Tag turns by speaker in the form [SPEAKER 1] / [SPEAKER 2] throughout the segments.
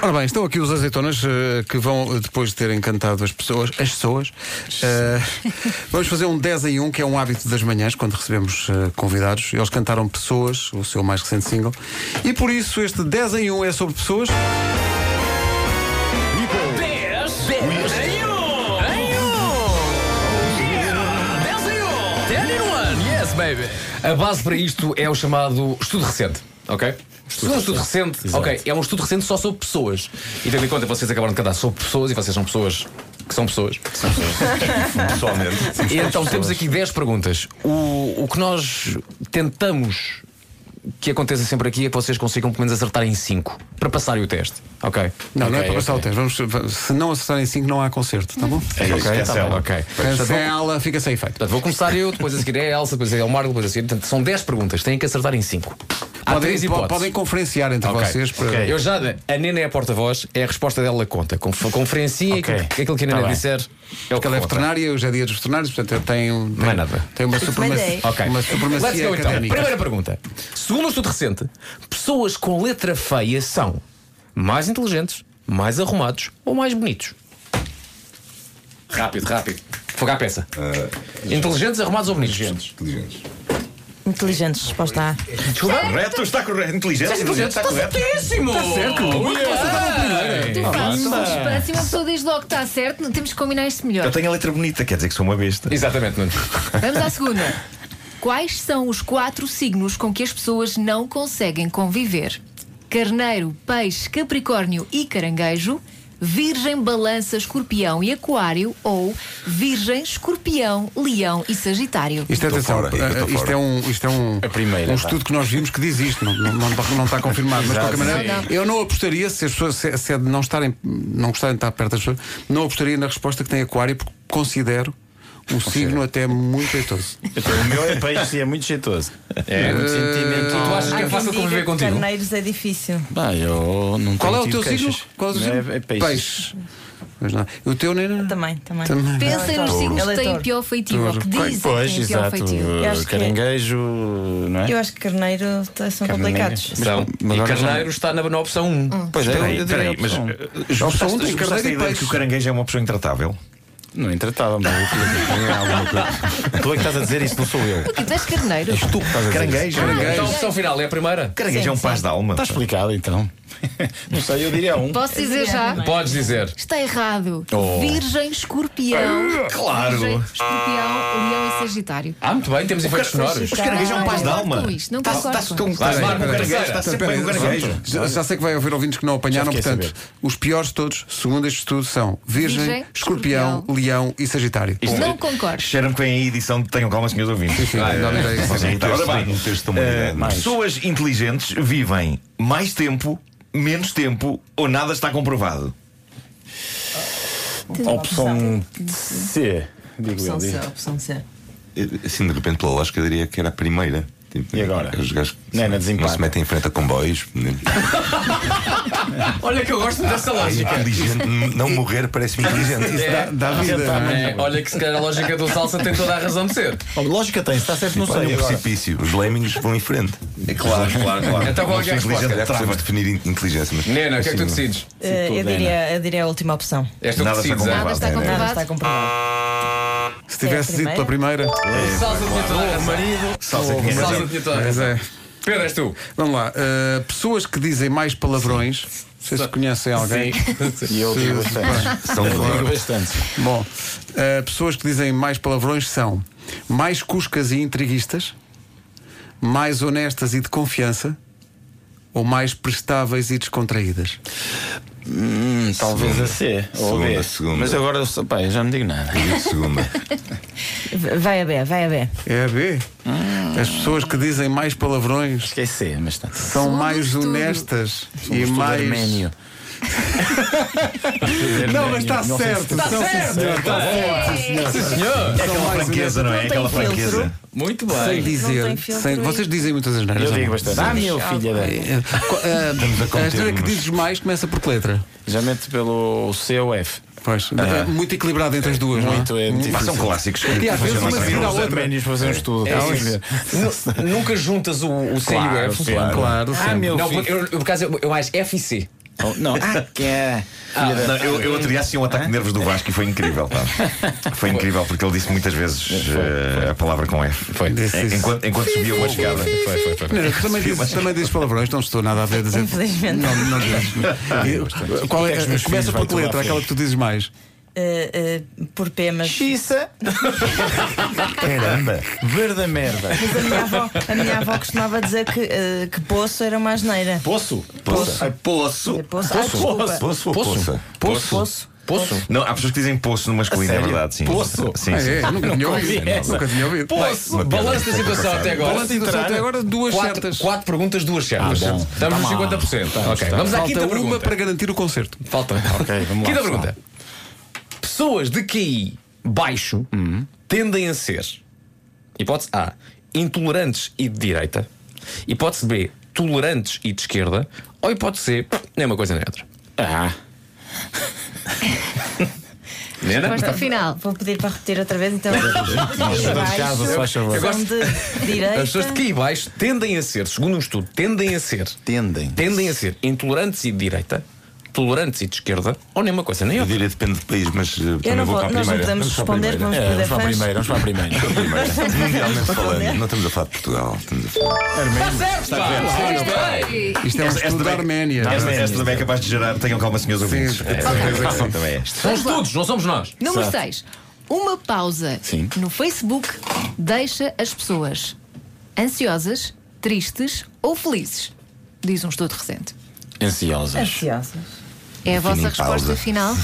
[SPEAKER 1] Ora bem, estão aqui os azeitonas eh, que vão, eh, depois de terem cantado as pessoas, as pessoas. eh, vamos fazer um 10 em 1, que é um hábito das manhãs, quando recebemos eh, convidados. Eles cantaram Pessoas, o seu mais recente single. E por isso este 10 em 1 é sobre pessoas.
[SPEAKER 2] Yes, baby. A base para isto é o chamado estudo recente, ok? Estudo, um estudo recente, ok. É um estudo recente só sobre pessoas. E tendo em conta que vocês acabaram de cantar sobre pessoas e vocês são pessoas que são pessoas.
[SPEAKER 3] Pessoalmente.
[SPEAKER 2] E então temos aqui 10 perguntas. O, o que nós tentamos que aconteça sempre aqui é que vocês consigam pelo menos acertar em 5 para passarem o teste, ok?
[SPEAKER 1] Não, não é
[SPEAKER 2] Ok,
[SPEAKER 1] para passar
[SPEAKER 2] ok.
[SPEAKER 1] o teste. Vamos, va- se não acertarem 5, não há concerto, tá bom?
[SPEAKER 3] É isso,
[SPEAKER 2] Ok, tá bem,
[SPEAKER 3] cancela.
[SPEAKER 2] ok.
[SPEAKER 1] Cancela, fica sem efeito.
[SPEAKER 2] Portanto, vou começar eu, depois a seguir é a Elsa, depois é o Marco, depois a seguir. Portanto, são 10 perguntas, têm que acertar em 5. Há três
[SPEAKER 1] Podem, po-
[SPEAKER 2] hipóteses.
[SPEAKER 1] podem conferenciar entre
[SPEAKER 2] Ok,
[SPEAKER 1] vocês. Para...
[SPEAKER 3] ok.
[SPEAKER 2] Eu já, a Nena é a porta-voz, é a resposta dela que conta. Conf- Conferencia
[SPEAKER 3] Ok.
[SPEAKER 2] aquilo, aquilo que a Nena
[SPEAKER 3] Tá bem.
[SPEAKER 2] disser. É o que
[SPEAKER 1] Ela é
[SPEAKER 2] conta.
[SPEAKER 1] veterinária, hoje é dia dos veterinários, portanto tem, um-
[SPEAKER 2] Não é
[SPEAKER 1] tem-
[SPEAKER 2] nada.
[SPEAKER 1] tem uma,
[SPEAKER 4] mandei.
[SPEAKER 1] supremacia,
[SPEAKER 2] Ok.
[SPEAKER 1] uma
[SPEAKER 2] Let's
[SPEAKER 1] supremacia
[SPEAKER 2] go então.
[SPEAKER 1] académica.
[SPEAKER 2] Primeira pergunta. Segundo um estudo recente, pessoas com letra feia são mais inteligentes, mais arrumados ou mais bonitos? Rápido, rápido. Fogo à peça. inteligentes, arrumados ou bonitos? Inteligentes.
[SPEAKER 3] Inteligentes.
[SPEAKER 4] Inteligentes, resposta A.
[SPEAKER 2] Desculpa?
[SPEAKER 3] Correto, está correto. Inteligente,
[SPEAKER 2] Estás inteligente?
[SPEAKER 3] inteligente, está
[SPEAKER 2] Está
[SPEAKER 3] correto.
[SPEAKER 2] certíssimo! Está certo!
[SPEAKER 5] tá
[SPEAKER 6] Tu fazes uma espécie, uma pessoa diz logo que está certo, não temos que combinar isto
[SPEAKER 3] Eu
[SPEAKER 6] melhor.
[SPEAKER 3] tenho a letra bonita, quer dizer que sou uma besta.
[SPEAKER 2] Exatamente, Nuno.
[SPEAKER 6] Vamos à segunda. Quais são os quatro signos com que as pessoas não conseguem conviver? Carneiro, peixe, capricórnio e caranguejo, virgem, balança, escorpião e aquário ou virgem, escorpião, leão e sagitário?
[SPEAKER 1] Isto é,
[SPEAKER 3] Estou
[SPEAKER 1] atenção,
[SPEAKER 3] fora, eu estou
[SPEAKER 1] eh, isto
[SPEAKER 3] fora.
[SPEAKER 1] é um, isto é um,
[SPEAKER 2] A primeira,
[SPEAKER 1] um
[SPEAKER 2] vá.
[SPEAKER 1] estudo que nós vimos que diz isto, não, não, não, está- não está confirmado, mas de qualquer maneira,
[SPEAKER 6] Não, não.
[SPEAKER 1] eu não apostaria, se as pessoas se, se é de não estarem, não gostarem de estar perto das pessoas, não apostaria na resposta que tem aquário, porque considero um signo até muito jeitoso.
[SPEAKER 5] O meu é peixe e é muito jeitoso. É muito
[SPEAKER 2] Tu
[SPEAKER 5] sentimental.
[SPEAKER 2] achas que é fácil
[SPEAKER 4] Há quem diga
[SPEAKER 2] conviver
[SPEAKER 4] que
[SPEAKER 2] contigo?
[SPEAKER 4] Carneiros é difícil.
[SPEAKER 5] Bah, eu não
[SPEAKER 1] Qual é
[SPEAKER 5] tenho
[SPEAKER 1] o
[SPEAKER 5] tido
[SPEAKER 1] teu signo?
[SPEAKER 5] queixas.
[SPEAKER 1] Qual é o teu
[SPEAKER 5] Não,
[SPEAKER 1] signo?
[SPEAKER 5] É, é peixe.
[SPEAKER 1] Peixe. Mas não. E O teu, Nina?
[SPEAKER 4] Também, também.
[SPEAKER 1] Também.
[SPEAKER 6] Pensem nos
[SPEAKER 4] Touro.
[SPEAKER 6] signos
[SPEAKER 4] Ele
[SPEAKER 6] que
[SPEAKER 4] é
[SPEAKER 6] têm
[SPEAKER 4] touro.
[SPEAKER 6] pior feitio, ou que dizem que
[SPEAKER 5] Pois,
[SPEAKER 6] têm pior
[SPEAKER 5] exato.
[SPEAKER 4] é
[SPEAKER 6] feitio.
[SPEAKER 4] Eu acho que é.
[SPEAKER 5] Caranguejo, não é?
[SPEAKER 4] Eu acho que carneiro tá- são complicados.
[SPEAKER 2] São. E
[SPEAKER 5] agora
[SPEAKER 2] Carneiro está na, na opção 1.
[SPEAKER 5] Pois é,
[SPEAKER 3] Peraí,
[SPEAKER 5] eu
[SPEAKER 3] peraí,
[SPEAKER 5] diria
[SPEAKER 3] mas.
[SPEAKER 5] opção.
[SPEAKER 1] opção um tem
[SPEAKER 3] Esgotaste
[SPEAKER 1] carneiro
[SPEAKER 3] a
[SPEAKER 1] e
[SPEAKER 3] ideia
[SPEAKER 1] peixe.
[SPEAKER 3] que o caranguejo é uma pessoa intratável?
[SPEAKER 5] Não intratava, mas eu tinha alguma coisa. Tu é que estás a dizer isso, não sou eu.
[SPEAKER 6] Porque tu és carneiro.
[SPEAKER 5] És tu que estás a dizer. isso.
[SPEAKER 3] Caranguejo.
[SPEAKER 2] Então a opção final é a primeira?
[SPEAKER 3] Caranguejo é um paz da alma.
[SPEAKER 5] Está explicado então. Não sei, eu diria um.
[SPEAKER 6] Posso dizer já?
[SPEAKER 2] Podes dizer.
[SPEAKER 6] Está errado.
[SPEAKER 7] Oh.
[SPEAKER 6] Virgem, escorpião.
[SPEAKER 7] Ah,
[SPEAKER 3] Claro.
[SPEAKER 6] Virgem, escorpião, leão e sagitário.
[SPEAKER 2] Ah, muito bem, temos efeitos sonoros.
[SPEAKER 3] Os caranguejos é um paz da
[SPEAKER 6] Não concordo
[SPEAKER 3] alma.
[SPEAKER 6] com isto, não
[SPEAKER 3] Estás-
[SPEAKER 6] concordo
[SPEAKER 3] Estás
[SPEAKER 6] com
[SPEAKER 3] com estás bem
[SPEAKER 2] Vai,
[SPEAKER 3] com o
[SPEAKER 2] vai,
[SPEAKER 3] caranguejo,
[SPEAKER 2] vai.
[SPEAKER 3] estás sempre
[SPEAKER 1] Espera,
[SPEAKER 3] bem com o caranguejo.
[SPEAKER 1] pronto. já, já sei que vai haver ouvintes que não apanharam,
[SPEAKER 5] Já fiquei a
[SPEAKER 1] portanto,
[SPEAKER 5] saber.
[SPEAKER 1] os piores de todos, segundo este estudo, são Virgem,
[SPEAKER 6] Virgem,
[SPEAKER 1] escorpião,
[SPEAKER 6] Escorpião,
[SPEAKER 1] Leão e Sagitário.
[SPEAKER 7] é
[SPEAKER 6] Não concordo.
[SPEAKER 3] Cheira-me que vem aí a edição de Tenham Calma, Senhores Ouvintes.
[SPEAKER 5] Ah,
[SPEAKER 1] Sim, dá-me ideia que seja.
[SPEAKER 3] Então, Ora bem,
[SPEAKER 5] um texto
[SPEAKER 3] eh,
[SPEAKER 5] humanidade, mas-
[SPEAKER 3] pessoas inteligentes vivem mais tempo, menos tempo ou nada está comprovado.
[SPEAKER 5] Opção C, digo eu.
[SPEAKER 4] Opção C,
[SPEAKER 5] digo.
[SPEAKER 4] opção C.
[SPEAKER 7] Eh, Assim, de repente, pela lógica, eu diria que era a primeira. Tipo,
[SPEAKER 5] E agora?
[SPEAKER 7] Os gajos
[SPEAKER 5] Não é na
[SPEAKER 7] não,
[SPEAKER 5] desempate.
[SPEAKER 7] se metem em frente a comboios. né?
[SPEAKER 2] Olha que eu gosto dessa lógica.
[SPEAKER 7] Inteligente. n- Não morrer parece-me inteligente. Isso dá-
[SPEAKER 1] Dá, dá vida, não é?
[SPEAKER 2] É, olha que se calhar a lógica do salsa tem toda a razão de ser.
[SPEAKER 5] Oh, Lógica tem, está certo, não
[SPEAKER 7] Olha,
[SPEAKER 5] sei.
[SPEAKER 7] um
[SPEAKER 5] agora.
[SPEAKER 7] precipício. Os lemmings vão em frente.
[SPEAKER 3] É claro, claro, claro.
[SPEAKER 2] Então qual é que é a resposta?
[SPEAKER 3] Uma pessoa
[SPEAKER 7] Se
[SPEAKER 3] inteligente
[SPEAKER 7] calhar
[SPEAKER 3] trava.
[SPEAKER 7] podemos definir in- inteligência. Mas...
[SPEAKER 2] Nena, o que é que tu decides?
[SPEAKER 4] Eh, eu,
[SPEAKER 5] né?
[SPEAKER 4] diria, eu diria a última opção.
[SPEAKER 2] És tu que
[SPEAKER 3] Nada
[SPEAKER 2] decides,
[SPEAKER 3] está
[SPEAKER 2] é?
[SPEAKER 6] Nada está
[SPEAKER 7] Nada
[SPEAKER 4] Nada
[SPEAKER 6] comprovado.
[SPEAKER 4] está comprovado.
[SPEAKER 1] Se tivesse
[SPEAKER 4] É
[SPEAKER 1] ido
[SPEAKER 4] a
[SPEAKER 1] pela primeira.
[SPEAKER 2] Salsa tem toda a razão.
[SPEAKER 3] Salsa tinha razão.
[SPEAKER 2] Salsa tinha toda a
[SPEAKER 1] Pois
[SPEAKER 2] razão.
[SPEAKER 1] é.
[SPEAKER 2] Pedro, és tu.
[SPEAKER 1] Vamos lá. uh, pessoas que dizem mais palavrões. Não sei se conhecem alguém.
[SPEAKER 5] E eu digo bastante.
[SPEAKER 7] São
[SPEAKER 5] Eu digo
[SPEAKER 7] claro.
[SPEAKER 5] bastante.
[SPEAKER 1] Bom, uh, pessoas que dizem mais palavrões são mais cuscas e intriguistas, mais honestas e de confiança, ou mais prestáveis e descontraídas.
[SPEAKER 5] Hum, Talvez a C ou a B.
[SPEAKER 7] Segunda, segunda.
[SPEAKER 5] Mas agora, eu sou- pá, eu já não digo nada.
[SPEAKER 7] Segunda.
[SPEAKER 4] V- Vai a B, vai a B.
[SPEAKER 1] É a B. Ah. As pessoas que dizem mais palavrões
[SPEAKER 5] Esqueci, é mas está.
[SPEAKER 1] são
[SPEAKER 6] Segundo
[SPEAKER 1] mais
[SPEAKER 6] estudo.
[SPEAKER 1] honestas e
[SPEAKER 5] Estudo
[SPEAKER 1] mais.
[SPEAKER 5] arménio.
[SPEAKER 1] Não, mas está
[SPEAKER 5] Não sei se
[SPEAKER 1] certo. São-
[SPEAKER 2] Sim, senhor.
[SPEAKER 3] É aquela franqueza, não é? É aquela franqueza.
[SPEAKER 2] Muito
[SPEAKER 1] Sem
[SPEAKER 2] bem.
[SPEAKER 1] dizer.
[SPEAKER 4] tem filtro
[SPEAKER 1] sem-
[SPEAKER 4] aí.
[SPEAKER 1] vocês dizem muitas asneiras.
[SPEAKER 5] Eu
[SPEAKER 1] não?
[SPEAKER 5] digo bastante. Ah, meu filho da.
[SPEAKER 1] Eh, co- eh, A asneira que
[SPEAKER 7] conter-nos.
[SPEAKER 1] dizes mais começa por que letra?
[SPEAKER 5] Geralmente pelo C ou F.
[SPEAKER 1] Pois. Eh, Muito equilibrado entre as duas,
[SPEAKER 5] Muito
[SPEAKER 1] não é?
[SPEAKER 5] é
[SPEAKER 3] Pá,
[SPEAKER 5] difícil.
[SPEAKER 3] São clássicos.
[SPEAKER 1] E às vezes uma
[SPEAKER 3] Funcionam
[SPEAKER 1] seguida à
[SPEAKER 3] sempre.
[SPEAKER 5] Os
[SPEAKER 1] outra.
[SPEAKER 5] arménios fazem um estudo.
[SPEAKER 2] É
[SPEAKER 5] Sim,
[SPEAKER 2] isso.
[SPEAKER 5] sim.
[SPEAKER 2] Nu- Nunca juntas o, o C e o F.
[SPEAKER 5] Claro,
[SPEAKER 1] Claro,
[SPEAKER 5] Ah,
[SPEAKER 1] sempre.
[SPEAKER 5] meu
[SPEAKER 2] Não,
[SPEAKER 5] filho.
[SPEAKER 2] eu, eu, por acaso, eu, eu acho F e C.
[SPEAKER 5] Oh, não, ah, que é.
[SPEAKER 3] Não, eu, eu outro dia assisti um ataque de nervos do Vasco e foi incrível. Pá. Foi incrível porque ele disse muitas vezes eh, a palavra com F.
[SPEAKER 2] Foi.
[SPEAKER 1] Disse isso.
[SPEAKER 3] Enquanto, enquanto subia uma chegada.
[SPEAKER 2] Foi, foi, foi.
[SPEAKER 1] Não, também, diz, também diz palavrões, não estou nada a ver a dizer.
[SPEAKER 4] Infelizmente.
[SPEAKER 1] Não, não dizes. E, Qual é,
[SPEAKER 5] Até que os meus
[SPEAKER 1] começa
[SPEAKER 5] filhos
[SPEAKER 1] por
[SPEAKER 5] vão
[SPEAKER 1] que
[SPEAKER 5] tomar
[SPEAKER 1] letra?
[SPEAKER 5] frente.
[SPEAKER 1] Aquela que tu dizes mais.
[SPEAKER 4] Eh, eh, por P, mas
[SPEAKER 5] Xissa. Caramba. Verde merda.
[SPEAKER 4] Mas a minha avó, a minha avó costumava dizer que, eh, que poço era uma asneira.
[SPEAKER 5] Poço?
[SPEAKER 7] Poço.
[SPEAKER 5] Ai, Poço.
[SPEAKER 4] É poço. Ah, desculpa.
[SPEAKER 7] Poço ou
[SPEAKER 2] Poço?
[SPEAKER 7] poça?
[SPEAKER 4] Poço. Poço.
[SPEAKER 2] Poço?
[SPEAKER 3] Não, há pessoas que dizem poço no masculino, é
[SPEAKER 5] sério?
[SPEAKER 3] verdade, sim.
[SPEAKER 5] Poço?
[SPEAKER 3] Sim,
[SPEAKER 1] Ah,
[SPEAKER 3] sim.
[SPEAKER 1] é, nunca tinha ouvido.
[SPEAKER 5] conheço.
[SPEAKER 1] Nunca tinha ouvido.
[SPEAKER 2] Poço! Balanço da situação até agora.
[SPEAKER 1] Balanço da situação até é agora, duas
[SPEAKER 2] Quatro,
[SPEAKER 1] certas.
[SPEAKER 2] quatro perguntas, duas
[SPEAKER 5] Ah,
[SPEAKER 2] certas.
[SPEAKER 5] bom.
[SPEAKER 2] Estamos nos
[SPEAKER 5] Tá mal.
[SPEAKER 2] 50%.
[SPEAKER 5] Tá,
[SPEAKER 2] ok,
[SPEAKER 5] está.
[SPEAKER 2] vamos à
[SPEAKER 1] Falta
[SPEAKER 2] quinta
[SPEAKER 1] uma
[SPEAKER 2] pergunta.
[SPEAKER 1] para garantir o concerto.
[SPEAKER 2] Falta.
[SPEAKER 5] Ok, vamos lá,
[SPEAKER 2] Quinta
[SPEAKER 5] pessoal.
[SPEAKER 2] pergunta. Pessoas de QI baixo tendem a ser, hipótese A, intolerantes e de direita, hipótese B, tolerantes e de esquerda, ou hipótese C, nem uma coisa nem outra.
[SPEAKER 5] Ah.
[SPEAKER 2] Nena?
[SPEAKER 6] Resposta final.
[SPEAKER 4] Vou pedir para repetir outra vez, então.
[SPEAKER 5] de casa, se faz favor.
[SPEAKER 4] Baixo, são de direita.
[SPEAKER 2] As pessoas de QI baixo tendem a ser, segundo um estudo, tendem a ser,
[SPEAKER 5] Tendem.
[SPEAKER 2] tendem a ser intolerantes e de direita, tolerantes e de esquerda, ou nem uma coisa nem
[SPEAKER 7] Eu
[SPEAKER 2] outra.
[SPEAKER 7] diria depende do país, mas eh,
[SPEAKER 4] Eu
[SPEAKER 7] também
[SPEAKER 4] não
[SPEAKER 7] vou
[SPEAKER 4] vou,
[SPEAKER 7] para a
[SPEAKER 4] nós não
[SPEAKER 7] primeira.
[SPEAKER 4] podemos
[SPEAKER 7] Vamos para a
[SPEAKER 4] responder,
[SPEAKER 7] primeira.
[SPEAKER 4] vamos
[SPEAKER 5] É, vamos
[SPEAKER 4] perder
[SPEAKER 5] para a
[SPEAKER 4] fãs.
[SPEAKER 5] primeira, vamos para a primeira.
[SPEAKER 7] Primeira. Mundialmente falando, não estamos a falar de Portugal. Estamos a falar.
[SPEAKER 1] Isto é um
[SPEAKER 3] Esta- esta
[SPEAKER 1] estudo da
[SPEAKER 3] também-
[SPEAKER 1] Arménia.
[SPEAKER 3] Esta, esta também é capaz de gerar. Tenham calma, senhores ouvintes. É,
[SPEAKER 1] Ok.
[SPEAKER 3] também é.
[SPEAKER 2] São estudos, não somos nós.
[SPEAKER 6] Número 6. Uma pausa
[SPEAKER 5] Sim.
[SPEAKER 6] no Facebook deixa as pessoas ansiosas, tristes ou felizes, diz um estudo recente.
[SPEAKER 5] Ansiosas.
[SPEAKER 4] Ansiosas.
[SPEAKER 6] É a vossa
[SPEAKER 7] Definem
[SPEAKER 6] resposta
[SPEAKER 7] pausa.
[SPEAKER 6] final?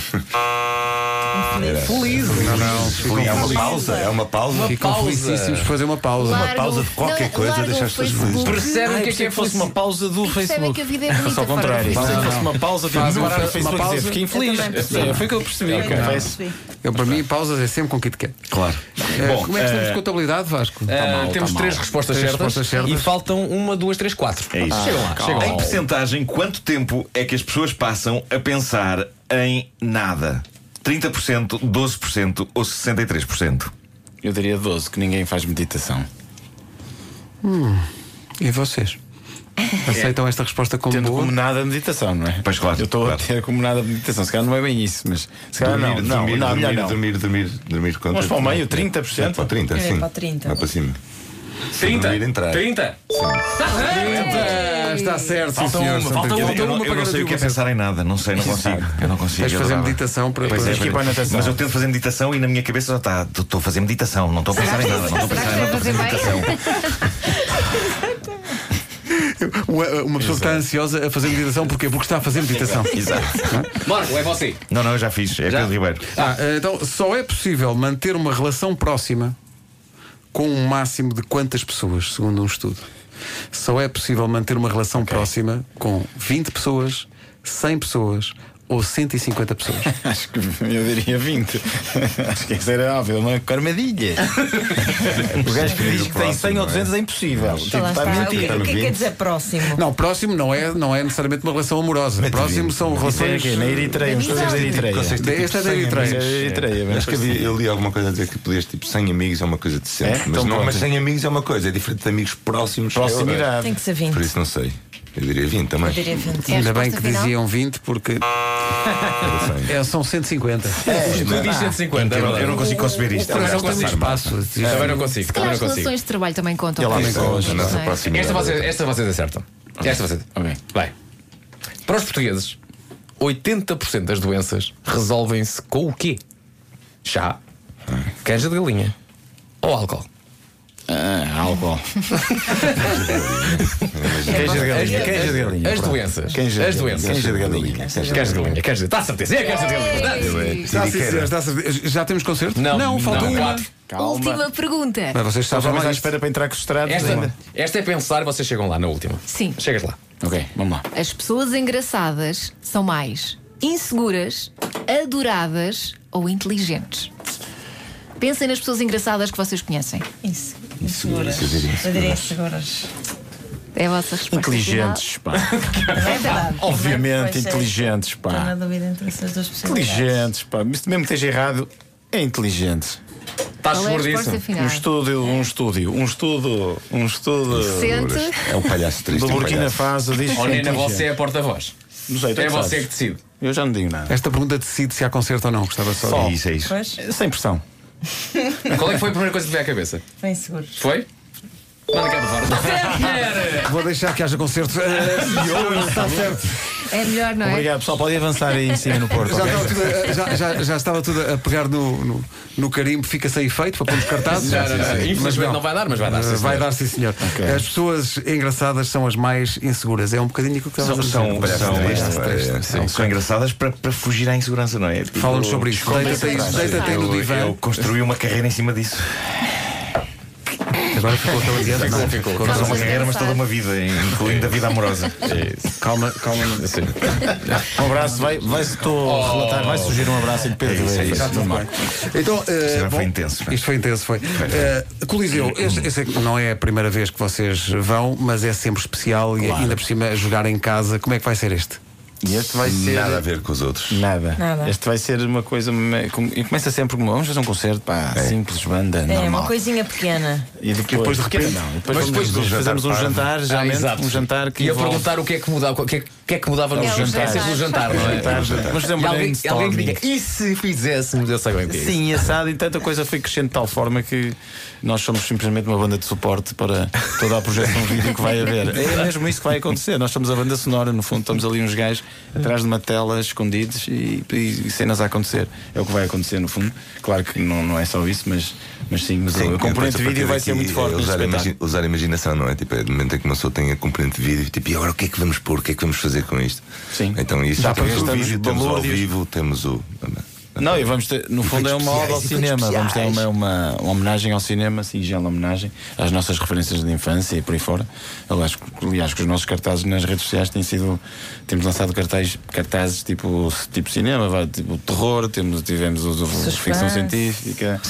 [SPEAKER 2] Felizes.
[SPEAKER 1] Não, não.
[SPEAKER 7] É uma pausa, é uma pausa.
[SPEAKER 1] Ficam
[SPEAKER 2] pausa.
[SPEAKER 1] felicíssimos por fazer uma pausa.
[SPEAKER 6] Largam-
[SPEAKER 7] pausa de qualquer coisa
[SPEAKER 6] largam
[SPEAKER 7] deixa
[SPEAKER 6] o
[SPEAKER 7] as pessoas
[SPEAKER 6] Facebook
[SPEAKER 7] felizes.
[SPEAKER 2] Percebem o que é que é
[SPEAKER 5] fosse
[SPEAKER 2] feliz?
[SPEAKER 5] uma pausa do
[SPEAKER 6] E percebem
[SPEAKER 5] Facebook.
[SPEAKER 6] que a vida é bonita
[SPEAKER 5] Fosse ao
[SPEAKER 6] fora do
[SPEAKER 5] contrário.
[SPEAKER 6] Facebook.
[SPEAKER 5] Pensei que fosse uma pausa, tipo,
[SPEAKER 1] Faz
[SPEAKER 5] não
[SPEAKER 1] uma-
[SPEAKER 5] parar no
[SPEAKER 1] uma
[SPEAKER 5] Facebook e
[SPEAKER 1] pausa.
[SPEAKER 5] dizer, fiquei
[SPEAKER 4] Eu
[SPEAKER 5] infeliz.
[SPEAKER 4] também percebi.
[SPEAKER 5] É, Foi o que eu percebi.
[SPEAKER 4] Ok.
[SPEAKER 5] confesso.
[SPEAKER 1] Eu, para mim, pausas é sempre com Kit Kat.
[SPEAKER 7] Claro.
[SPEAKER 1] Eh,
[SPEAKER 3] Bom,
[SPEAKER 1] como é que estamos
[SPEAKER 3] eh,
[SPEAKER 1] de contabilidade, Vasco?
[SPEAKER 2] Ah,
[SPEAKER 5] mal,
[SPEAKER 2] temos
[SPEAKER 5] tá
[SPEAKER 2] três
[SPEAKER 5] mal.
[SPEAKER 2] respostas,
[SPEAKER 1] Três
[SPEAKER 2] certas,
[SPEAKER 1] respostas certas.
[SPEAKER 2] e faltam uma, duas, três, quatro.
[SPEAKER 3] É
[SPEAKER 5] Ah,
[SPEAKER 3] isso.
[SPEAKER 2] Chegam lá, chegam
[SPEAKER 3] Em
[SPEAKER 2] lá.
[SPEAKER 3] percentagem, quanto tempo é que as pessoas passam a pensar em nada? 30%, 12% ou 63%?
[SPEAKER 5] Eu diria 12, que ninguém faz meditação.
[SPEAKER 1] E vocês? Aceitam esta resposta como
[SPEAKER 5] Tendo
[SPEAKER 1] boa?
[SPEAKER 5] como nada a meditação, não é?
[SPEAKER 7] Pois claro,
[SPEAKER 5] Eu estou
[SPEAKER 7] claro.
[SPEAKER 5] a ter como nada a meditação. Se calhar não é bem isso, mas. Se calhar
[SPEAKER 7] Dormir,
[SPEAKER 5] não,
[SPEAKER 7] dormir,
[SPEAKER 5] não, não, melhor
[SPEAKER 7] dormir,
[SPEAKER 5] não.
[SPEAKER 7] dormir, dormir, dormir, quanto
[SPEAKER 5] Vamos para o
[SPEAKER 7] tempo?
[SPEAKER 5] meio, 30%?
[SPEAKER 7] É para o 30,
[SPEAKER 4] É,
[SPEAKER 7] sim.
[SPEAKER 4] para o 30.
[SPEAKER 7] Vai para cima. Se
[SPEAKER 5] é
[SPEAKER 7] dormir, entrar.
[SPEAKER 2] 30.
[SPEAKER 1] Ah, está certo, sim,
[SPEAKER 2] Falta
[SPEAKER 1] senhor.
[SPEAKER 2] uma,
[SPEAKER 1] Santa
[SPEAKER 2] falta
[SPEAKER 1] Cruz.
[SPEAKER 2] uma,
[SPEAKER 3] Eu, eu
[SPEAKER 1] Tens
[SPEAKER 3] não, eu não sei o que é
[SPEAKER 1] vocês.
[SPEAKER 3] pensar em nada, não sei, não consigo. Eu não consigo.
[SPEAKER 1] de
[SPEAKER 3] eu
[SPEAKER 1] fazer
[SPEAKER 3] adorava.
[SPEAKER 1] meditação para
[SPEAKER 3] Pois é,
[SPEAKER 1] depois.
[SPEAKER 5] que ir para a natação.
[SPEAKER 3] mas eu tento fazer meditação e na minha cabeça já está. Estou a fazer meditação, não estou a pensar em nada, não estou a
[SPEAKER 6] Será
[SPEAKER 3] pensar
[SPEAKER 6] que
[SPEAKER 3] em nada,
[SPEAKER 6] vai
[SPEAKER 3] estou a fazer
[SPEAKER 6] fazer
[SPEAKER 3] meditação.
[SPEAKER 1] Uma, uma pessoa que está ansiosa a fazer meditação, porquê? Porque está a fazer meditação.
[SPEAKER 3] Exato.
[SPEAKER 2] Marco, é você.
[SPEAKER 3] Não, não, eu já fiz. É Pedro Ribeiro.
[SPEAKER 1] Ah, eh, então, só é possível manter uma relação próxima com um máximo de quantas pessoas, segundo um estudo? Só é possível manter uma relação próxima com 20 pessoas, 100 pessoas ou 150 pessoas.
[SPEAKER 5] Acho que eu diria 20. Acho que isso era óbvio, uma armadilha. o gajo que diz que tem 100 ou 200 é impossível. Tipo,
[SPEAKER 4] Então lá
[SPEAKER 5] está a
[SPEAKER 4] está. O que,
[SPEAKER 5] mentir.
[SPEAKER 4] o que é que quer dizer próximo?
[SPEAKER 1] Não, próximo não é, não é necessariamente uma relação amorosa. Próximo são
[SPEAKER 5] Isso é
[SPEAKER 1] relações.
[SPEAKER 5] aqui, na Eritreia, os todos da Eritreia.
[SPEAKER 7] Vocês têm
[SPEAKER 1] Esta é da
[SPEAKER 7] tipo 100
[SPEAKER 1] Eritreia.
[SPEAKER 7] amigos.
[SPEAKER 5] Isso é da Eritreia, mas
[SPEAKER 7] Acho que havia- eu li alguma coisa a dizer que podias tipo 100 amigos é uma coisa decente.
[SPEAKER 5] É?
[SPEAKER 7] Mas,
[SPEAKER 5] Então
[SPEAKER 7] não,
[SPEAKER 5] pronto.
[SPEAKER 7] mas 100 amigos é uma coisa, é diferente de amigos próximos.
[SPEAKER 5] proximidade.
[SPEAKER 4] Tem que ser
[SPEAKER 7] É outra. Por
[SPEAKER 4] 20.
[SPEAKER 7] isso não sei. Eu diria 20 também.
[SPEAKER 4] Eu diria 20.
[SPEAKER 6] É a
[SPEAKER 1] Ainda bem que
[SPEAKER 6] resposta final?
[SPEAKER 1] diziam 20 porque
[SPEAKER 7] Era 100.
[SPEAKER 1] é, são 150.
[SPEAKER 2] Tu diz 150, é
[SPEAKER 3] Eu, não- eu
[SPEAKER 2] verdade.
[SPEAKER 3] não consigo conceber isto.
[SPEAKER 1] Também não
[SPEAKER 3] Não
[SPEAKER 1] temos
[SPEAKER 3] consigo.
[SPEAKER 1] espaço.
[SPEAKER 2] Também não consigo, também não
[SPEAKER 6] Claro, as
[SPEAKER 2] consigo.
[SPEAKER 6] relações de trabalho também contam.
[SPEAKER 5] lá
[SPEAKER 6] para
[SPEAKER 5] está,
[SPEAKER 6] isso,
[SPEAKER 7] a nossa
[SPEAKER 6] não é?
[SPEAKER 7] proximidade.
[SPEAKER 2] Esta vocês, esta vocês acertam. Esta vocês.
[SPEAKER 5] Ok.
[SPEAKER 2] Vai. Para os portugueses, 80% das doenças resolvem-se com o quê? Chá, canja de galinha ou álcool?
[SPEAKER 5] Ah, álcool.
[SPEAKER 2] Queijo de
[SPEAKER 5] galinha,
[SPEAKER 2] As,
[SPEAKER 5] queijo de galinha,
[SPEAKER 2] As
[SPEAKER 5] pronto.
[SPEAKER 2] doenças.
[SPEAKER 5] Queijo de
[SPEAKER 2] as
[SPEAKER 5] galinha,
[SPEAKER 2] doenças.
[SPEAKER 5] queijo de galinha.
[SPEAKER 2] Queijo de galinha, queijo de Está a certeza. É queijo de galinha.
[SPEAKER 1] Está a
[SPEAKER 7] Sim, que
[SPEAKER 1] ser,
[SPEAKER 7] era.
[SPEAKER 1] está a ser. Já temos concerto?
[SPEAKER 2] Não, não,
[SPEAKER 1] falta uma.
[SPEAKER 2] quatro.
[SPEAKER 6] Última pergunta.
[SPEAKER 1] Mas vocês
[SPEAKER 5] Estás
[SPEAKER 1] sabem
[SPEAKER 5] mais à
[SPEAKER 1] mais.
[SPEAKER 5] espera para entrar com os estrados
[SPEAKER 2] Esta,
[SPEAKER 5] ainda?
[SPEAKER 2] esta é pensar e vocês chegam lá na última.
[SPEAKER 6] Sim.
[SPEAKER 2] Chegas lá.
[SPEAKER 5] Ok, vamos lá.
[SPEAKER 6] As pessoas engraçadas são mais inseguras, adoradas ou inteligentes. Pensem nas pessoas engraçadas que vocês conhecem.
[SPEAKER 4] Isso. Inseguras. Eu diria inseguras.
[SPEAKER 6] É a vossa resposta.
[SPEAKER 5] Inteligentes, pá.
[SPEAKER 4] Também É verdade.
[SPEAKER 5] Obviamente
[SPEAKER 4] Pois é.
[SPEAKER 5] inteligentes,
[SPEAKER 4] Estou na
[SPEAKER 5] pá.
[SPEAKER 4] dúvida entre essas duas pessoas.
[SPEAKER 5] Inteligentes, pá. Mas mesmo que esteja errado, é inteligente.
[SPEAKER 2] Estás
[SPEAKER 6] Qual é a
[SPEAKER 2] seguro disso?
[SPEAKER 6] resposta final?
[SPEAKER 5] Um estúdio, um estúdio, um estudo, um estudo
[SPEAKER 6] Sente.
[SPEAKER 7] É um palhaço triste.
[SPEAKER 5] do
[SPEAKER 7] um
[SPEAKER 5] Burkina
[SPEAKER 7] palhaço.
[SPEAKER 5] Faso diz que
[SPEAKER 2] Ou
[SPEAKER 5] é
[SPEAKER 2] Oh, Nena,
[SPEAKER 5] inteligente.
[SPEAKER 2] você é a porta-voz.
[SPEAKER 5] Não sei, tu
[SPEAKER 2] É
[SPEAKER 5] que
[SPEAKER 2] você
[SPEAKER 5] sabes.
[SPEAKER 2] que decide.
[SPEAKER 5] Eu já não digo nada.
[SPEAKER 1] Esta pergunta decide se há concerto ou não, gostava só.
[SPEAKER 5] Só.
[SPEAKER 1] de-
[SPEAKER 3] É isso, é isso.
[SPEAKER 4] Pois,
[SPEAKER 5] Sem pressão.
[SPEAKER 2] Qual é que foi a primeira coisa que lhe veio à cabeça?
[SPEAKER 4] bem seguros.
[SPEAKER 2] Foi? Manda cá para fora. Não quero.
[SPEAKER 1] Vou deixar que haja concerto. Está certo.
[SPEAKER 6] É melhor, não é?
[SPEAKER 5] Obrigado, pessoal. Podem avançar aí em cima no Porto.
[SPEAKER 1] Já
[SPEAKER 5] ok?
[SPEAKER 1] estava, tudo a, já- já- já estava tudo a pegar no, no, no carimbo, fica sem efeito para pôr nos cartazes.
[SPEAKER 2] Não, não, não.
[SPEAKER 1] Mas
[SPEAKER 2] Infelizmente não vai dar, mas vai dar, sim,
[SPEAKER 1] Eh, vai
[SPEAKER 2] senhor.
[SPEAKER 1] dar, sim, senhor. As pessoas engraçadas são as mais inseguras. É um bocadinho aquilo que
[SPEAKER 3] São,
[SPEAKER 1] estavas a
[SPEAKER 3] são,
[SPEAKER 1] dizer.
[SPEAKER 3] são,
[SPEAKER 1] Este
[SPEAKER 3] é,
[SPEAKER 1] stress,
[SPEAKER 3] é,
[SPEAKER 1] não é?
[SPEAKER 3] são- são engraçadas para, para fugir à insegurança, não é? Tipo,
[SPEAKER 1] Fala-nos sobre isso. Deita-te aí-
[SPEAKER 6] atrás.
[SPEAKER 1] deita-te aí no
[SPEAKER 3] eu,
[SPEAKER 1] divã.
[SPEAKER 3] eu construí uma carreira em cima disso.
[SPEAKER 1] Agora ficou tão adiante. não é? Ficou.
[SPEAKER 3] Não só uma
[SPEAKER 6] Vamos
[SPEAKER 3] carreira, mas
[SPEAKER 6] avançar.
[SPEAKER 3] toda uma vida, incluindo a vida amorosa.
[SPEAKER 1] Calma, calma. não-
[SPEAKER 5] Um abraço, vai, vai, estou a relatar, vai surgir um abraço
[SPEAKER 3] É
[SPEAKER 5] independente.
[SPEAKER 3] isso, é isso.
[SPEAKER 1] Então, eh,
[SPEAKER 3] agora
[SPEAKER 1] bom,
[SPEAKER 3] foi intenso, pá.
[SPEAKER 1] Isto foi intenso, foi. Eh, Coliseu, eu, eu sei que não é a primeira vez que vocês vão, mas é sempre especial e ainda por cima jogar em casa. Como é que vai ser este?
[SPEAKER 5] E este vai ser.
[SPEAKER 7] Nada a ver com os outros.
[SPEAKER 5] Nada.
[SPEAKER 4] Nada.
[SPEAKER 5] Este vai ser uma coisa. me- com- E começa sempre como vamos fazer um concerto, pá, simples, banda,
[SPEAKER 4] É,
[SPEAKER 5] normal.
[SPEAKER 4] uma coisinha pequena.
[SPEAKER 5] E depois,
[SPEAKER 1] depois de
[SPEAKER 5] pequena
[SPEAKER 1] repente-
[SPEAKER 5] não. E depois,
[SPEAKER 2] Mas depois
[SPEAKER 5] fazemos-
[SPEAKER 7] do
[SPEAKER 5] fazemos um
[SPEAKER 7] jantar,
[SPEAKER 5] jantar,
[SPEAKER 2] Ah,
[SPEAKER 5] geralmente,
[SPEAKER 2] exato.
[SPEAKER 5] um jantar que
[SPEAKER 2] Ia
[SPEAKER 5] envolve-
[SPEAKER 2] perguntar o que é que mudava, o que é que, o que é que mudava nos
[SPEAKER 6] É, os
[SPEAKER 2] jantares.
[SPEAKER 6] jantares.
[SPEAKER 2] do jantar, não é?
[SPEAKER 5] jantar, Vamos fazer um
[SPEAKER 2] E alguém,
[SPEAKER 5] brainstorming.
[SPEAKER 2] alguém que diga, e se fizéssemos essa aguentei?
[SPEAKER 5] Sim, assado e tanta coisa foi crescendo de tal forma que nós somos simplesmente uma banda de suporte para toda a projeção vídeo que vai haver. É mesmo isso que vai acontecer. Nós somos a banda sonora, no fundo, estamos ali uns gajos atrás de uma tela escondidos e, e cenas a acontecer. É o que vai acontecer, no fundo. Claro que não, não é só isso, mas, mas sim, mas o
[SPEAKER 7] depois,
[SPEAKER 5] componente
[SPEAKER 7] a partir
[SPEAKER 5] vídeo vai
[SPEAKER 7] daqui,
[SPEAKER 5] ser eh, muito forte.
[SPEAKER 7] é
[SPEAKER 5] neste
[SPEAKER 7] Usar, a
[SPEAKER 5] espetáculo.
[SPEAKER 7] imagi- usar a imaginação, não é? Tipo, é do momento em que uma pessoa tem a componente de vídeo, tipo, e agora o que é que vamos pôr? O que é que vamos fazer com isto?
[SPEAKER 5] Sim.
[SPEAKER 7] Então, isso
[SPEAKER 5] Já
[SPEAKER 7] temos
[SPEAKER 5] para ver,
[SPEAKER 7] o
[SPEAKER 5] estamos
[SPEAKER 7] vídeo, temos o ao
[SPEAKER 5] balúrdios.
[SPEAKER 7] vivo, temos o.
[SPEAKER 5] Não, e vamos ter, no fundo é uma
[SPEAKER 7] especiais,
[SPEAKER 5] ode ao
[SPEAKER 7] efeitos
[SPEAKER 5] cinema. Vamos ter
[SPEAKER 7] especiais.
[SPEAKER 5] uma, uma, uma homenagem ao cinema, singela homenagem às nossas referências de infância e por aí fora. Aliás, aliás, que os nossos cartazes nas redes sociais têm sido. Temos lançado cartazes, cartazes tipo, tipo cinema, vá, tipo terror, temos, tivemos o, o- ficção científica,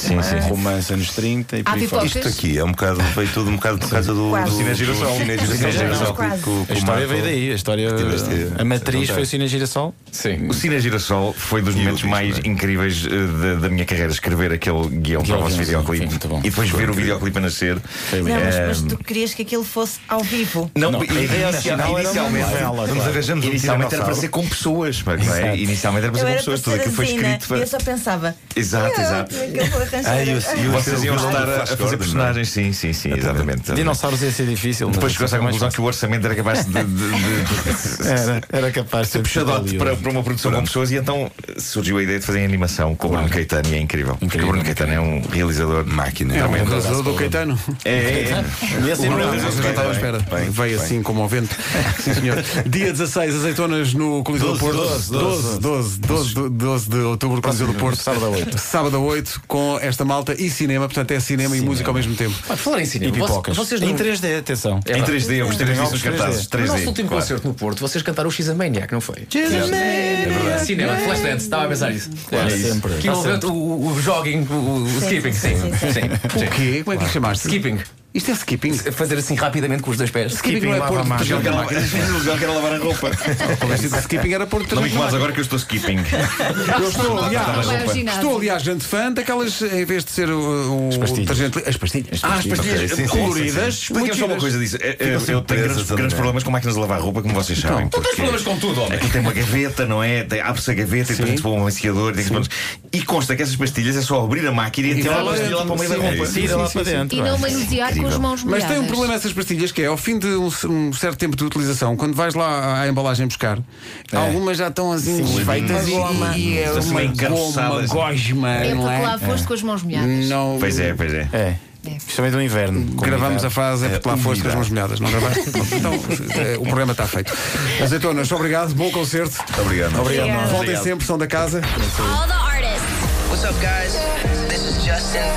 [SPEAKER 5] romance anos 30 e por
[SPEAKER 6] Há
[SPEAKER 5] aí fora.
[SPEAKER 6] pipoca?
[SPEAKER 7] Isto aqui é um bocado, veio tudo um bocado por causa do, do,
[SPEAKER 4] Quase.
[SPEAKER 7] do
[SPEAKER 3] Cinegirassol.
[SPEAKER 7] Cinegirassol,
[SPEAKER 4] Cinegirassol.
[SPEAKER 7] que- que- que o
[SPEAKER 5] A história
[SPEAKER 7] Marco-
[SPEAKER 5] veio daí, a história.
[SPEAKER 7] Tiveste-
[SPEAKER 5] A matriz
[SPEAKER 7] Não
[SPEAKER 5] foi o
[SPEAKER 7] sei.
[SPEAKER 5] Cine Girassol.
[SPEAKER 2] Sim.
[SPEAKER 3] O Cine Girassol foi dos momentos
[SPEAKER 7] úteis,
[SPEAKER 3] mais
[SPEAKER 7] não é?
[SPEAKER 3] incríveis eh, da, da minha carreira, escrever aquele guião para o vosso
[SPEAKER 5] sim,
[SPEAKER 3] videoclipe
[SPEAKER 5] sim, muito bom.
[SPEAKER 3] e depois ver o videoclipe a nascer.
[SPEAKER 4] Não, mas,
[SPEAKER 3] Eh,
[SPEAKER 4] mas tu querias que aquilo fosse ao vivo.
[SPEAKER 3] Não,
[SPEAKER 5] Não,
[SPEAKER 3] e-
[SPEAKER 5] a ideia
[SPEAKER 3] inicia-
[SPEAKER 5] original era
[SPEAKER 3] inicialmente,
[SPEAKER 5] uma novela,
[SPEAKER 7] Nós arranjamos um
[SPEAKER 3] inicialmente era para
[SPEAKER 7] tiranossauro.
[SPEAKER 3] ser com pessoas, pá, não é?
[SPEAKER 5] Exato.
[SPEAKER 3] Inicialmente era para ser
[SPEAKER 4] eu
[SPEAKER 3] com
[SPEAKER 4] era
[SPEAKER 3] pessoas, tudo
[SPEAKER 4] para ser
[SPEAKER 3] aquilo foi
[SPEAKER 4] Zina,
[SPEAKER 3] escrito
[SPEAKER 4] e
[SPEAKER 3] para.
[SPEAKER 4] eu só pensava.
[SPEAKER 3] Exato,
[SPEAKER 4] "Ah,
[SPEAKER 3] exato.
[SPEAKER 4] como é que eu vou arranjar
[SPEAKER 7] Ah, eu- eu-
[SPEAKER 3] Vocês iam
[SPEAKER 7] Não,
[SPEAKER 3] estar a, a
[SPEAKER 7] Flash
[SPEAKER 3] fazer
[SPEAKER 7] Gordon,
[SPEAKER 3] personagens, sim, sim, sim, é? exatamente.
[SPEAKER 5] Dinossauros ia ser difícil. mas
[SPEAKER 3] Depois chegou-se à
[SPEAKER 5] foi mais
[SPEAKER 3] conclusão que o orçamento era capaz de. de, de- de-
[SPEAKER 5] Era, era capaz de ser
[SPEAKER 3] Tipo Puxadote
[SPEAKER 5] possível.
[SPEAKER 3] para, para uma produção com pessoas e então surgiu a ideia de fazer em animação com o Bruno Caetano e é incrível. Porque o
[SPEAKER 5] Incrível.
[SPEAKER 3] Bruno Caetano é um realizador máquina.
[SPEAKER 1] É um
[SPEAKER 3] realmente.
[SPEAKER 1] realizador do Caetano.
[SPEAKER 3] É, é, é.
[SPEAKER 5] E assim
[SPEAKER 1] Não,
[SPEAKER 5] não-
[SPEAKER 1] não, vocês não estavam à espera.
[SPEAKER 7] bem,
[SPEAKER 1] Veio assim como ao vento. Sim, senhor. Dia 16, azeitonas no Coliseu do Porto. 12, 12, 12, 12, de outubro, Coliseu do Porto.
[SPEAKER 5] sábado a oito.
[SPEAKER 1] Sábado a 8, com esta malta e cinema, portanto é cinema e música ao mesmo tempo.
[SPEAKER 2] Pá, falar em
[SPEAKER 5] E
[SPEAKER 2] cinema.
[SPEAKER 5] pipocas.
[SPEAKER 2] Vocês, vocês
[SPEAKER 5] em
[SPEAKER 2] não...
[SPEAKER 5] 3D, atenção.
[SPEAKER 3] Em 3D, eu gostei disso nos
[SPEAKER 5] 3D.
[SPEAKER 3] cartazes.
[SPEAKER 2] No
[SPEAKER 3] 3D.
[SPEAKER 2] nosso último
[SPEAKER 3] claro.
[SPEAKER 2] concerto no Porto, vocês cantaram o X a Maniac, não foi? É Cinema, Flashdance, estava a pensar isso.
[SPEAKER 5] Claro, sempre.
[SPEAKER 2] Que envolveu o, o jogging, o, o skipping, sim. Sim,
[SPEAKER 1] O quê? Como é que lhe chamaste?
[SPEAKER 2] Skipping.
[SPEAKER 1] Isto é skipping.
[SPEAKER 2] Fazer assim rapidamente com os dois pés.
[SPEAKER 1] Skipping não é Porto de
[SPEAKER 3] Eu
[SPEAKER 1] Portugal.
[SPEAKER 3] quero lavar- Eu já quero é lavar a roupa.
[SPEAKER 1] Talvez o Skipping era Porto de
[SPEAKER 3] Não
[SPEAKER 1] Portugal.
[SPEAKER 3] me incomodes agora que eu estou skipping.
[SPEAKER 1] Eu estou, aliás,
[SPEAKER 6] Vai ao ginásio.
[SPEAKER 1] estou, aliás, grande fã daquelas, em vez de ser o, o
[SPEAKER 5] pastilhas.
[SPEAKER 1] detergente. As pastilhas. Ah, as
[SPEAKER 7] Ok,
[SPEAKER 1] pastilhas
[SPEAKER 7] sim, sim, sim,
[SPEAKER 1] coloridas.
[SPEAKER 3] Expliquem-me só uma
[SPEAKER 1] muito
[SPEAKER 3] coisa disso. É, é, Eu
[SPEAKER 7] surpresas,
[SPEAKER 3] tenho grandes,
[SPEAKER 7] André.
[SPEAKER 3] grandes problemas com máquinas de lavar roupa, como vocês sabem.
[SPEAKER 2] Tu tens
[SPEAKER 3] porque-
[SPEAKER 2] problemas com tudo, homem.
[SPEAKER 3] Aquilo tem uma gaveta, não é? Tem- Abre-se a gaveta e depois tem que se pôr um amaciador. tem que se pôr- E consta que essas pastilhas é só abrir a máquina e tirar a
[SPEAKER 1] vai
[SPEAKER 3] pastilha lá para o meio da
[SPEAKER 1] sim,
[SPEAKER 3] roupa.
[SPEAKER 5] Tira lá para dentro.
[SPEAKER 6] E não manusear com as mãos
[SPEAKER 1] Mas
[SPEAKER 6] molhadas.
[SPEAKER 1] tem um problema essas pastilhas que é ao fim de um, um certo tempo de utilização, quando vais lá à embalagem buscar, algumas já estão assim desfeitas e,
[SPEAKER 4] Uma
[SPEAKER 1] e é
[SPEAKER 3] goma. Assim,
[SPEAKER 1] uma
[SPEAKER 3] meio
[SPEAKER 1] goma, uma
[SPEAKER 3] encaroçadas.
[SPEAKER 1] gosma,
[SPEAKER 6] É
[SPEAKER 1] não
[SPEAKER 6] porque
[SPEAKER 1] é?
[SPEAKER 6] lá foste com as mãos molhadas.
[SPEAKER 1] Não
[SPEAKER 3] Pois é, pois é.
[SPEAKER 5] É.
[SPEAKER 6] É.
[SPEAKER 5] Principalmente no inverno.
[SPEAKER 1] Gravamos a frase, é porque lá foste com as
[SPEAKER 7] umidade.
[SPEAKER 1] mãos molhadas, não gravaste? então eh, o programa está feito. Azeitonas, obrigado, bom concerto.
[SPEAKER 7] Obrigado.
[SPEAKER 1] Voltem sempre, são da casa.
[SPEAKER 8] All the artists.
[SPEAKER 9] What's up, guys? This is Justin